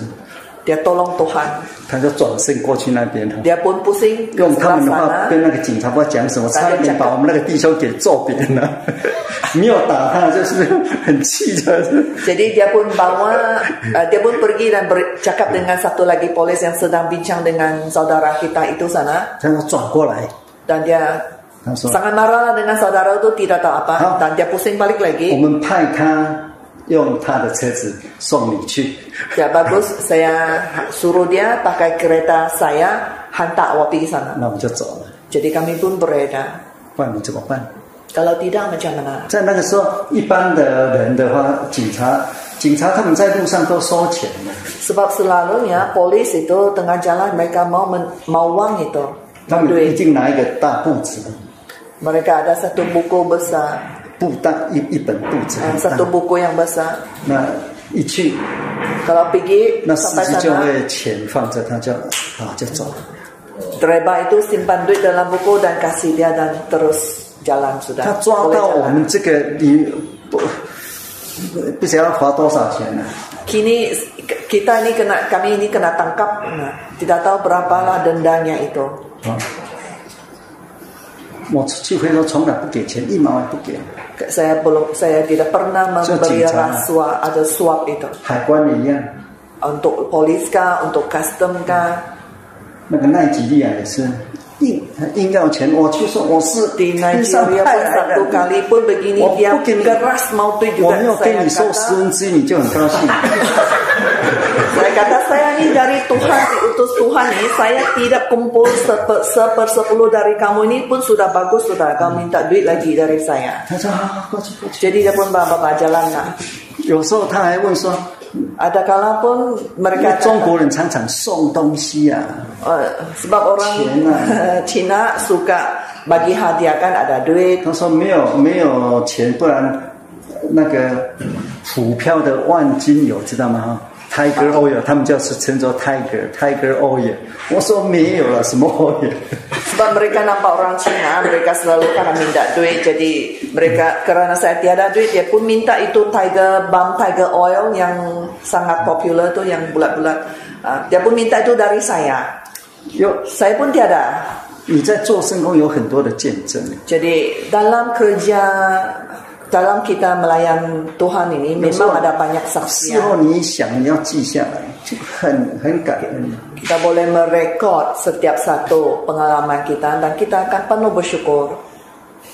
Speaker 2: Dia tolong Tuhan. ”
Speaker 1: 他就转身过去那边了。
Speaker 2: Dia pun pusing ke
Speaker 1: 用他
Speaker 2: sebelah
Speaker 1: 们的
Speaker 2: sana.
Speaker 1: 话跟那个警察不知道讲什么，差一点把我们那个弟兄给揍扁了。 [LAUGHS] 没有打他，就是很气的。
Speaker 2: Jadi dia pun bawa, uh, dia pun pergi dan bercakap dengan satu lagi polis yang sedang bincang dengan saudara kita itu sana.
Speaker 1: 他说转过来，
Speaker 2: Dan dia
Speaker 1: Langsung.
Speaker 2: sangat marah dengan saudara itu tidak tahu apa.
Speaker 1: Hah? Oh.
Speaker 2: Dan dia pusing balik
Speaker 1: 我
Speaker 2: lagi.
Speaker 1: 们派他用他的车子送你去。
Speaker 2: Ya bagus, saya suruh dia pakai kereta saya hantar awak pergi sana.
Speaker 1: 那我们就走了，
Speaker 2: Jadi kami pun beredar.
Speaker 1: 不然我们怎么办？
Speaker 2: Kalau tidak macam mana?
Speaker 1: 在那个时候，一般的人的话，警察警察他们在路上都收钱的，
Speaker 2: Sebab selalunya polis itu tengah jalan mereka mau men, mau wang itu.
Speaker 1: 他
Speaker 2: Mau
Speaker 1: 们一
Speaker 2: duit.
Speaker 1: 定拿一个大簿子，
Speaker 2: Mereka ada satu buku besar,
Speaker 1: 布大一一本簿子
Speaker 2: eh,
Speaker 1: 很大
Speaker 2: satu，buku yang besar.
Speaker 1: 那一去，
Speaker 2: Kalau pergi
Speaker 1: 那司
Speaker 2: sampai
Speaker 1: 机就
Speaker 2: sana,
Speaker 1: 会钱放着，他就啊就走了。
Speaker 2: driver itu simpan duit dalam buku dan kasih dia dan terus jalan
Speaker 1: 他
Speaker 2: sudah.
Speaker 1: 抓
Speaker 2: Boleh
Speaker 1: 到我
Speaker 2: jalan.
Speaker 1: 们这个，你不不不想要罚多少钱呢、啊
Speaker 2: Kini kita ini kena kami ini kena tangkap. Nah, tidak tahu berapalah dendanya itu.
Speaker 1: 啊？我出去回头从来不给钱，一毛也不给。
Speaker 2: Saya belum saya tidak pernah
Speaker 1: So,
Speaker 2: memberi
Speaker 1: cincang.
Speaker 2: rasuah ada suap itu.
Speaker 1: 海关也一样，
Speaker 2: untuk polis kah, untuk custom kah,
Speaker 1: 那个奈吉利亚也是硬硬要钱，我就说我是
Speaker 2: di
Speaker 1: 天上
Speaker 2: Nigeria
Speaker 1: 派
Speaker 2: pun
Speaker 1: 来
Speaker 2: satu
Speaker 1: 的。
Speaker 2: kali pun begini
Speaker 1: 我
Speaker 2: dia
Speaker 1: 不给你
Speaker 2: keras mau tu
Speaker 1: 我
Speaker 2: juga
Speaker 1: 没有给
Speaker 2: saya
Speaker 1: 你收十
Speaker 2: kata,
Speaker 1: 分之一，你就很高兴。
Speaker 2: saya kata saya ini dari Tuhan diutus Tuhan ini saya tidak kumpul seper, sepersepuluh dari kamu ini pun sudah bagus sudah kau minta duit lagi dari saya
Speaker 1: 他说好好过去过去。
Speaker 2: jadi dia pun bapak-bapak jalan lah
Speaker 1: 有时候他还问说，
Speaker 2: ada kala pun
Speaker 1: 因为
Speaker 2: mereka
Speaker 1: 中
Speaker 2: kata,
Speaker 1: 国人常常送东西啊，
Speaker 2: eh, sebab orang
Speaker 1: Cina.
Speaker 2: [LAUGHS] Cina suka bagi hadiah kan ada duit
Speaker 1: 他说没有没有钱，不然呃那个股票的万金油知道吗？哈，Tiger Oil，他们就是称作 Tiger Tiger Oil。我说没有了，什么 oil？
Speaker 2: Sebab mereka nampak orang Cina, mereka selalu karena minta duit. Jadi mereka kerana saya tiada duit, dia pun minta itu tiger balm, tiger oil yang sangat popular tu yang bulat-bulat. Ah, dia pun minta itu dari saya.
Speaker 1: 有
Speaker 2: Saya pun tiada.
Speaker 1: 你在做圣工有很多的见证，
Speaker 2: Jadi dalam kerja dalam kita melayan Tuhan ini memang ada banyak
Speaker 1: 事后
Speaker 2: saksian.
Speaker 1: 你一想你要记下来，就很很感恩。
Speaker 2: Kita boleh merekod setiap satu pengalaman kita dan kita akan penuh bersyukur.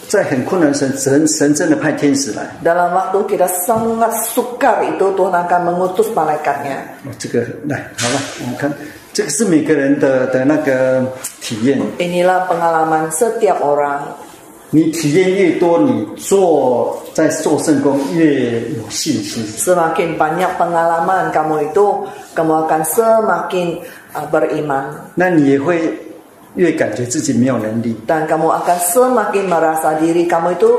Speaker 1: 在很困难的神神神真的派天使来，
Speaker 2: Dalam waktu kita sangat sukar itu Tuhan akan mengutus malaikatnya.
Speaker 1: 哦这个来好了，我们看这个是每个人的的那个体验。
Speaker 2: Inilah pengalaman setiap orang.
Speaker 1: 你体验越多，你做在做圣工越有信心。
Speaker 2: Semakin banyak pengalaman kamu itu, kamu akan semakin uh, beriman
Speaker 1: 那你也会越感觉自己没有能力
Speaker 2: dan kamu akan semakin merasa diri kamu itu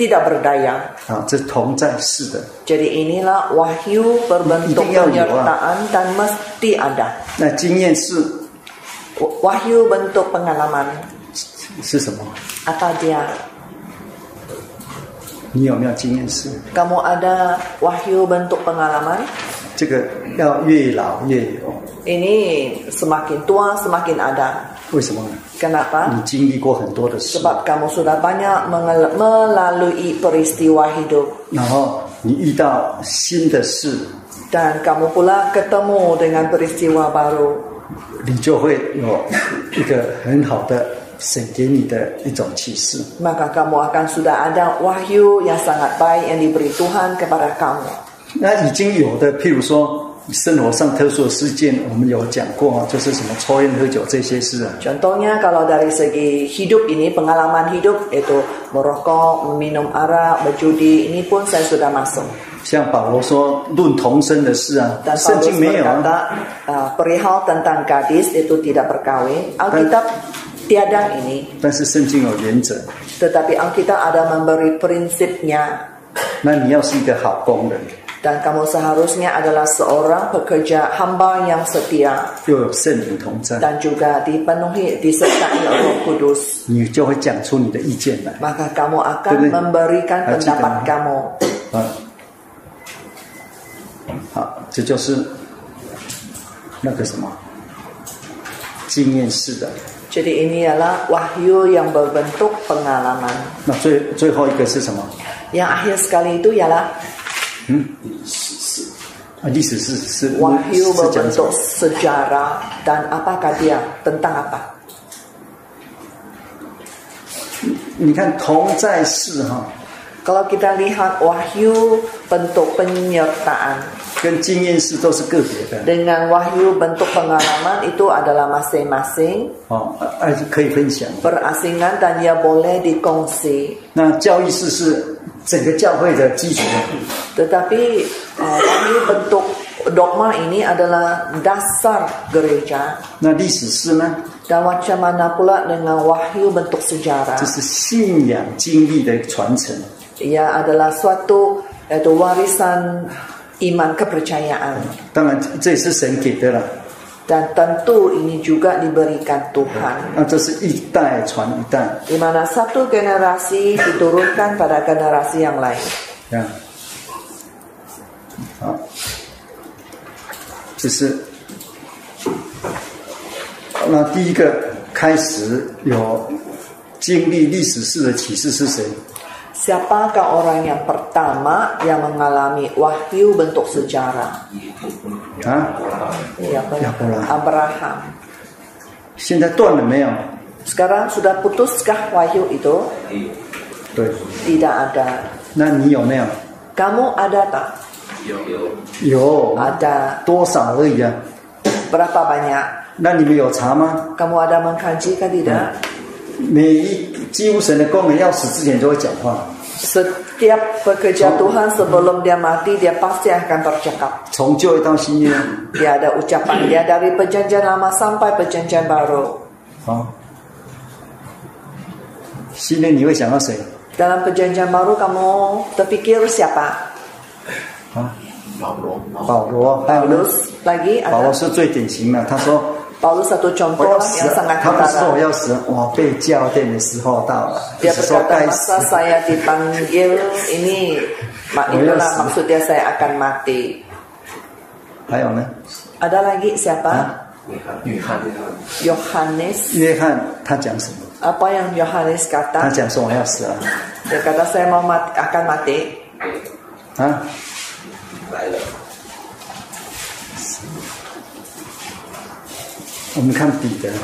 Speaker 2: tidak berdaya.
Speaker 1: 啊！这同在世的，
Speaker 2: Jadi inilah wahyu berbentuk
Speaker 1: Tinggal di bawah.
Speaker 2: penyertaan dan mesti ada.
Speaker 1: 那经验是
Speaker 2: Wa- Wahyu bentuk pengalaman
Speaker 1: 是什么？
Speaker 2: apa dia?
Speaker 1: 你有没有经验是？
Speaker 2: Kamu ada wahyu bentuk pengalaman?
Speaker 1: 这个要越老越有，
Speaker 2: Ini semakin tua semakin ada.
Speaker 1: 为什么呢？
Speaker 2: Kenapa?
Speaker 1: 你经历过很多的事，
Speaker 2: Sebab kamu sudah banyak mengel- melalui peristiwa hidup
Speaker 1: 然后你遇到新的事，
Speaker 2: dan kamu pula ketemu dengan peristiwa baru.
Speaker 1: 你就会有一个很好的神给你的一种启示。
Speaker 2: Maka kamu akan sudah ada wahyu yang sangat baik yang diberi Tuhan kepada kamu.
Speaker 1: 那已经有的，譬如说生活上特殊的事件，我们有讲过啊，就是什么抽烟、喝酒这些事啊。
Speaker 2: Contohnya kalau dari segi hidup ini, pengalaman hidup itu merokok, meminum arak, berjudi, ini pun saya sudah masuk.
Speaker 1: 像保罗说论童生的事啊，
Speaker 2: Dan
Speaker 1: 圣
Speaker 2: Paulus
Speaker 1: 经没有
Speaker 2: berkata
Speaker 1: 啊。
Speaker 2: "Eh, uh, perihal tentang gadis itu tidak berkawin. Alkitab tiadang ini,
Speaker 1: 但是圣经有原则，
Speaker 2: tetapi Alkitab ada memberi prinsipnya
Speaker 1: 那你要是一个好工人，
Speaker 2: dan kamu seharusnya adalah seorang pekerja hamba yang setia
Speaker 1: 又有圣灵同在，
Speaker 2: dan juga dipenuhi disertai oleh Roh Kudus
Speaker 1: 你就会讲出你的意见来
Speaker 2: maka kamu akan
Speaker 1: Betul.
Speaker 2: memberikan
Speaker 1: Ah, cakap.
Speaker 2: pendapat kamu
Speaker 1: 啊。好，这就是那个什么经验式的。
Speaker 2: jadi ini ialah wahyu yang berbentuk pengalaman
Speaker 1: 那最最后一个是什么？
Speaker 2: yang akhir sekali itu ialah
Speaker 1: 啊，历史是是
Speaker 2: wahyu
Speaker 1: 是讲什
Speaker 2: berbentuk
Speaker 1: 么？
Speaker 2: sejarah dan apakah dia tentang apa
Speaker 1: 你看同在世哈，
Speaker 2: kalau kita lihat wahyu bentuk penyertaan
Speaker 1: 跟经验式都是个别的
Speaker 2: dengan wahyu bentuk pengalaman itu adalah masing-masing
Speaker 1: 哦，而且可以分享。
Speaker 2: berasingan dan ia boleh dikongsi.
Speaker 1: 那教育式是整个教会的基础，
Speaker 2: Tetapi eh, wahyu bentuk dogma ini adalah dasar gereja
Speaker 1: 那历史式呢，
Speaker 2: dan macam mana pula dengan wahyu bentuk
Speaker 1: 就
Speaker 2: sejarah.
Speaker 1: 是信仰经历的传承。
Speaker 2: Ia adalah suatu yaitu warisan iman kepercayaan
Speaker 1: 当然，这也是神给的了。
Speaker 2: dan tentu ini juga diberikan Tuhan.
Speaker 1: 那这是一代传一代
Speaker 2: Di mana satu generasi diturunkan pada generasi yang lain.
Speaker 1: 啊，好，这是那第一个开始有经历历史式的启示是谁？
Speaker 2: Siapakah orang yang pertama yang mengalami wahyu bentuk sejarah?
Speaker 1: 啊，
Speaker 2: Siapa?
Speaker 1: Abraham.
Speaker 2: Abraham.
Speaker 1: 现在断了没有？
Speaker 2: Sekarang sudah putuskah wahyu itu?
Speaker 1: 对，
Speaker 2: Tidak ada.
Speaker 1: 那你有没有？
Speaker 2: Kamu ada tak?
Speaker 1: 有，
Speaker 2: Ada.
Speaker 1: 啊多少而已啊。
Speaker 2: Berapa banyak?
Speaker 1: 那你们有查吗？
Speaker 2: Kamu ada mengkaji kan tidak?
Speaker 1: 每一几乎神的功能要死之前就会讲话，
Speaker 2: Setiap pekerja Tuhan sebelum dia mati dia pasti akan bercakap.
Speaker 1: 从旧约到新约，
Speaker 2: Dia ada ucapan dia dari perjanjian lama sampai perjanjian baru.
Speaker 1: 好，啊新约你会想到谁？
Speaker 2: Dalam perjanjian baru kamu terfikir siapa?
Speaker 1: 啊保罗，还有呢？
Speaker 2: Paulus lagi
Speaker 1: 保
Speaker 2: ada
Speaker 1: 罗是最典型的，他说
Speaker 2: Paulus satu
Speaker 1: 我
Speaker 2: contoh
Speaker 1: 要
Speaker 2: lah
Speaker 1: 死
Speaker 2: yang
Speaker 1: 了，
Speaker 2: sangat
Speaker 1: 他不是说我
Speaker 2: ketara.
Speaker 1: 要死了，我被教电的时候到了，就
Speaker 2: Dia
Speaker 1: 是说
Speaker 2: berkata
Speaker 1: 该死
Speaker 2: masa。saya dipanggil ini mak
Speaker 1: Oh,
Speaker 2: itulah
Speaker 1: yes.
Speaker 2: maksud dia saya akan mati.
Speaker 1: 还有呢，啊
Speaker 2: Ada lagi siapa?
Speaker 6: 约翰，
Speaker 2: Yohanes.
Speaker 1: 约翰他讲什么？
Speaker 2: Apa yang Yohanes
Speaker 1: 他
Speaker 2: kata?
Speaker 1: 讲说我要死了
Speaker 2: Dia kata saya mau mati, akan mati.
Speaker 1: 啊，
Speaker 5: 来了，
Speaker 1: 我们看彼得啊，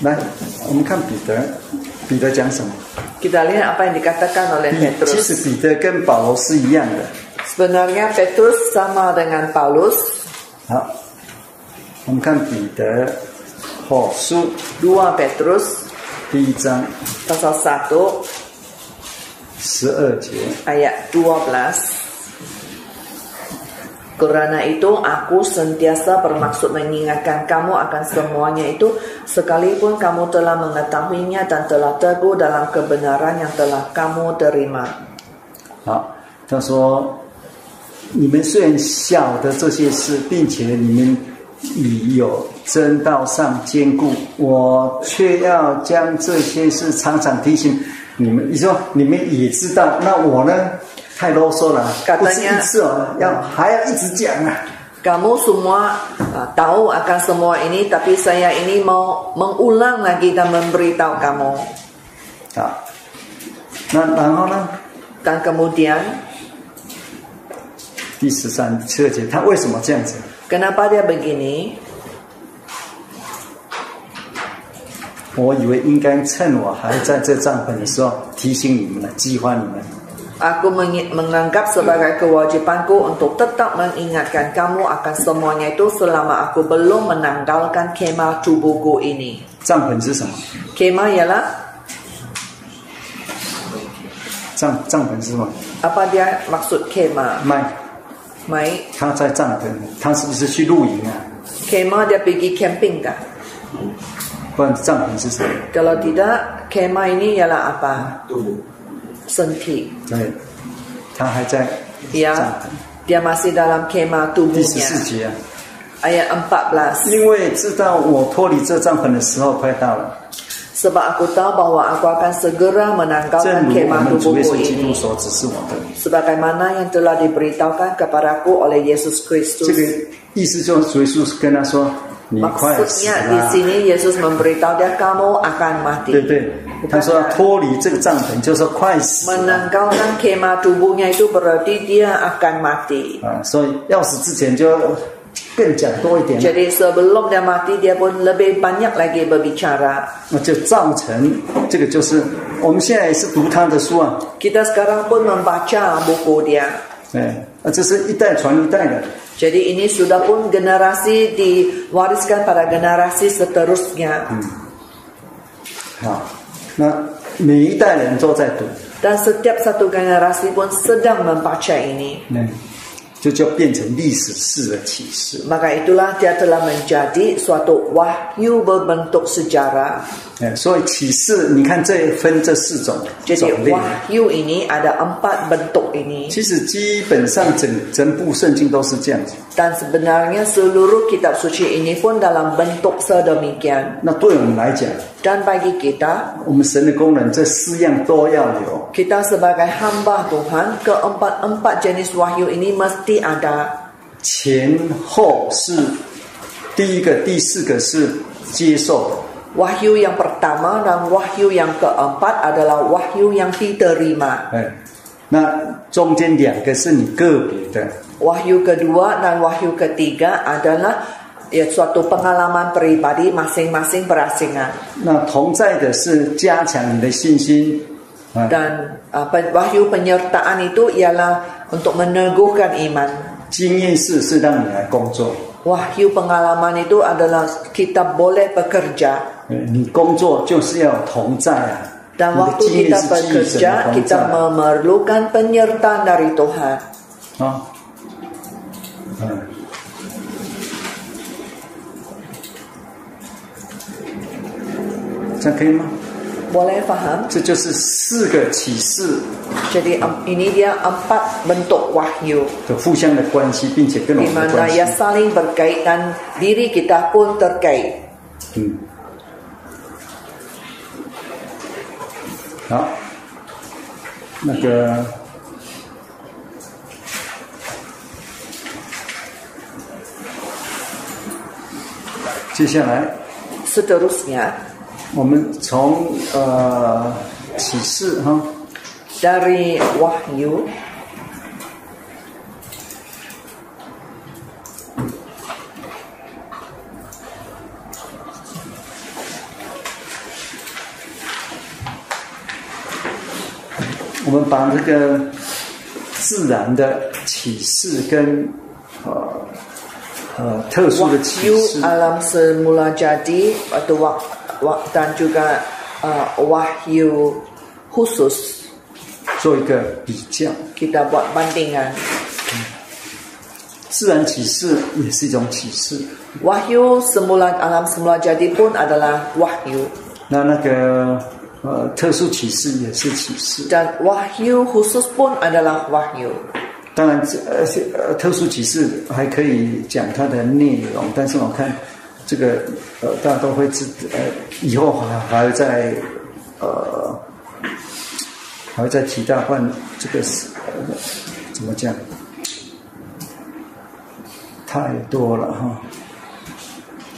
Speaker 1: 来，我们看彼得，彼得讲什么？
Speaker 2: Kita lihat apa yang dikatakan oleh
Speaker 1: 彼其实
Speaker 2: Petrus.
Speaker 1: 彼得跟保罗是一样的。
Speaker 2: Sebenarnya Petrus sama dengan Paulus.
Speaker 1: 好，我们看彼得后书
Speaker 2: Dua Petrus
Speaker 1: 第一章
Speaker 2: pasal 1
Speaker 1: 十二节，
Speaker 2: ayat 12. Karena itu aku sentiasa bermaksud mengingatkan kamu akan semuanya itu sekalipun kamu telah mengetahuinya dan telah teguh dalam kebenaran yang telah kamu terima.
Speaker 1: 好，他说：“你们虽然晓得这些事，并且你们已有真道上坚固，我却要将这些事常常提醒你们。你说你们也知道，那我呢？太啰嗦了，
Speaker 2: Katanya-
Speaker 1: 不是一次哦，要还要一直讲啊。
Speaker 2: Kamu semua ah, tahu akan semua ini tapi saya ini mau mengulang lagi dan memberitahu kamu.
Speaker 1: 好，那然后呢？
Speaker 2: Dan kemudian
Speaker 1: 第十三、十二节，他为什么这样子？
Speaker 2: kenapa dia begini?
Speaker 1: 我以为应该趁我还在这帐篷的时候提醒你们了，激发你们。
Speaker 2: Aku mengi- menganggap sebagai kewajibanku untuk tetap mengingatkan kamu akan semuanya itu selama aku belum menanggalkan kemah tubuhku ini.
Speaker 1: 帐篷是什么？
Speaker 2: Kemah ialah
Speaker 1: 帐帐篷是什么？
Speaker 2: apa dia maksud kemah?
Speaker 1: 麦
Speaker 2: Mai
Speaker 1: 他在帐篷，他是不是去露营啊？
Speaker 2: Kema dia pergi camping kah?
Speaker 1: 不然帐篷是什么？
Speaker 2: Kalau tidak, kema ini ialah apa?
Speaker 3: tubuh.
Speaker 2: Senti.
Speaker 1: 对，他还在
Speaker 2: Ya,
Speaker 1: 帐
Speaker 2: dia masih dalam kema
Speaker 1: 篷第十
Speaker 2: tubuhnya.
Speaker 1: 四节啊。
Speaker 2: Ayat 14.
Speaker 1: 因为知道我脱离这帐篷的时候快到了，
Speaker 2: Sebab aku tahu bahwa aku akan segera
Speaker 1: 正
Speaker 2: menanggalkan
Speaker 1: 如我
Speaker 2: kemah
Speaker 1: 们主耶
Speaker 2: tubuhku
Speaker 1: 稣基督
Speaker 2: ini
Speaker 1: 所指示我的。
Speaker 2: sebagaimana yang telah diberitahukan kepadaku oleh Yesus
Speaker 1: 这
Speaker 2: Kristus.
Speaker 1: 个意思就是主耶稣跟他说：“你快死
Speaker 2: Maksudnya di
Speaker 1: 啦！”
Speaker 2: sini Yesus memberitahu dia kamu akan
Speaker 1: 对
Speaker 2: mati.
Speaker 1: 对，他说要脱离这个帐篷，就是说快死了
Speaker 2: Menanggalkan kemah tubuhnya itu berarti dia akan mati.
Speaker 1: 啊！所以要死之前就要更讲多一点，
Speaker 2: Jadi sebelum dia mati dia pun lebih banyak lagi berbicara.
Speaker 1: 那就造成这个就是我们现在也是读他的书啊，
Speaker 2: Kita sekarang pun membaca buku dia.
Speaker 1: 哎，啊，这是一代传一代的，
Speaker 2: Jadi ini sudah pun generasi diwariskan pada generasi seterusnya.
Speaker 1: 啊，那每一代人都在读，
Speaker 2: Dan setiap satu generasi pun sedang membaca ini.
Speaker 1: 嗯，这就变成历史式的启示，
Speaker 2: Maka itulah dia telah menjadi suatu wahyu berbentuk sejarah.
Speaker 1: 哎，所以启示你看这分这四种种
Speaker 2: Jadi
Speaker 1: 类，
Speaker 2: wahyu ini ada empat bentuk ini.
Speaker 1: 其实基本上整整部圣经都是这样子。
Speaker 2: Dan sebenarnya seluruh kitab suci ini pun dalam bentuk sedemikian.
Speaker 1: 那对我们来讲，
Speaker 2: Dan bagi kita,
Speaker 1: 我们神的工人这四样都要有，
Speaker 2: kita sebagai hamba Tuhan, keempat-empat jenis wahyu ini mesti ada.
Speaker 1: 前后是第一个，第四个是接受的。
Speaker 2: Wahyu yang pertama dan wahyu yang keempat adalah wahyu yang diterima.
Speaker 1: 哎，那中间两个是你个别的，
Speaker 2: Wahyu kedua dan wahyu ketiga adalah ya, suatu pengalaman pribadi masing-masing berasingan.
Speaker 1: 那同在的是加强你的信心，啊，
Speaker 2: Dan uh, pe- wahyu penyertaan itu ialah untuk meneguhkan iman.
Speaker 1: 经验式是让你来工作，
Speaker 2: Wahyu pengalaman itu adalah kita boleh bekerja.
Speaker 1: 哎你工作就是要有同在啊。
Speaker 2: Dan
Speaker 1: 你的
Speaker 2: waktu
Speaker 1: 经验
Speaker 2: kita
Speaker 1: 是基于神
Speaker 2: bekerja,
Speaker 1: 的同
Speaker 2: kita
Speaker 1: 在啊
Speaker 2: memerlukan penyertaan dari Tuhan.
Speaker 1: 啊，嗯。这样可以吗？
Speaker 2: Boleh faham?
Speaker 1: 这就是四个启示
Speaker 2: Jadi em- ini dia empat bentuk wahyu
Speaker 1: 的互相的关系，并且跟我
Speaker 2: di
Speaker 1: 们的
Speaker 2: mana
Speaker 1: 关系
Speaker 2: ia。saling berkait dan diri kita pun terkait.
Speaker 1: 嗯。好，那个接下来
Speaker 2: Seterusnya
Speaker 1: 我们从呃启示哈，
Speaker 2: dari wahyu
Speaker 1: 我们把这个自然的启示跟呃呃特殊的启
Speaker 2: wahyu
Speaker 1: 示，
Speaker 2: alam semula jadi atau wak, wak, dan juga uh, wahyu khusus
Speaker 1: 做一个比较。
Speaker 2: kita buat bandingan.
Speaker 1: 自然启示也是一种启示。
Speaker 2: Wahyu semula alam semula jadi pun adalah wahyu
Speaker 1: 那那个呃，特殊启示也是启示。
Speaker 2: dan wahyu khusus pun adalah wahyu.
Speaker 1: 当然，这呃是呃，特殊启示还可以讲它的内容，但是我看这个呃，大家都会知呃，以后还还会再呃，还会再提到换这个是、呃、怎么讲，太多了哈，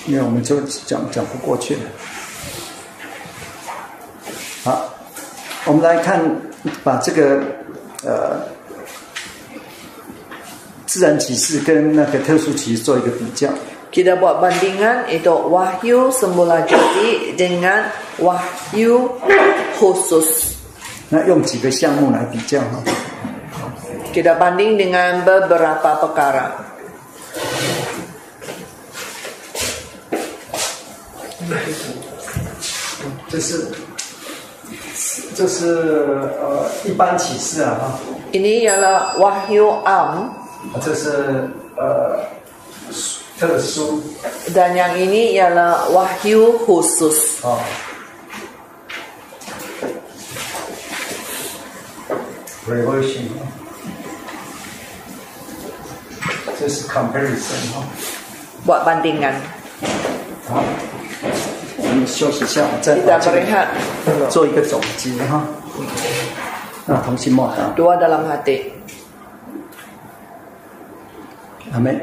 Speaker 1: 因为我们就讲讲不过去了。好，我们来看，把这个呃自然启示跟那个特殊启示做一个比较。
Speaker 2: Kita buat bandingan itu wahyu semula jadi dengan wahyu khusus.
Speaker 1: 那用几个项目来比较哈？
Speaker 2: Kita banding dengan beberapa perkara.
Speaker 1: 就是这是呃一般启示啊
Speaker 2: Ini ialah wahyu am
Speaker 1: 哈，这是呃
Speaker 3: 特殊
Speaker 2: Dan yang ini ialah wahyu khusus.
Speaker 3: 哦，
Speaker 1: revelation
Speaker 3: 这是 comparison 哦，
Speaker 2: Buat bandingan.
Speaker 1: 好，我们休息一下，再把
Speaker 2: Kita
Speaker 1: 这个
Speaker 2: berehat
Speaker 1: 做一个总结哈。那同啊心默祷，
Speaker 2: dua dalam hati.
Speaker 1: 阿门。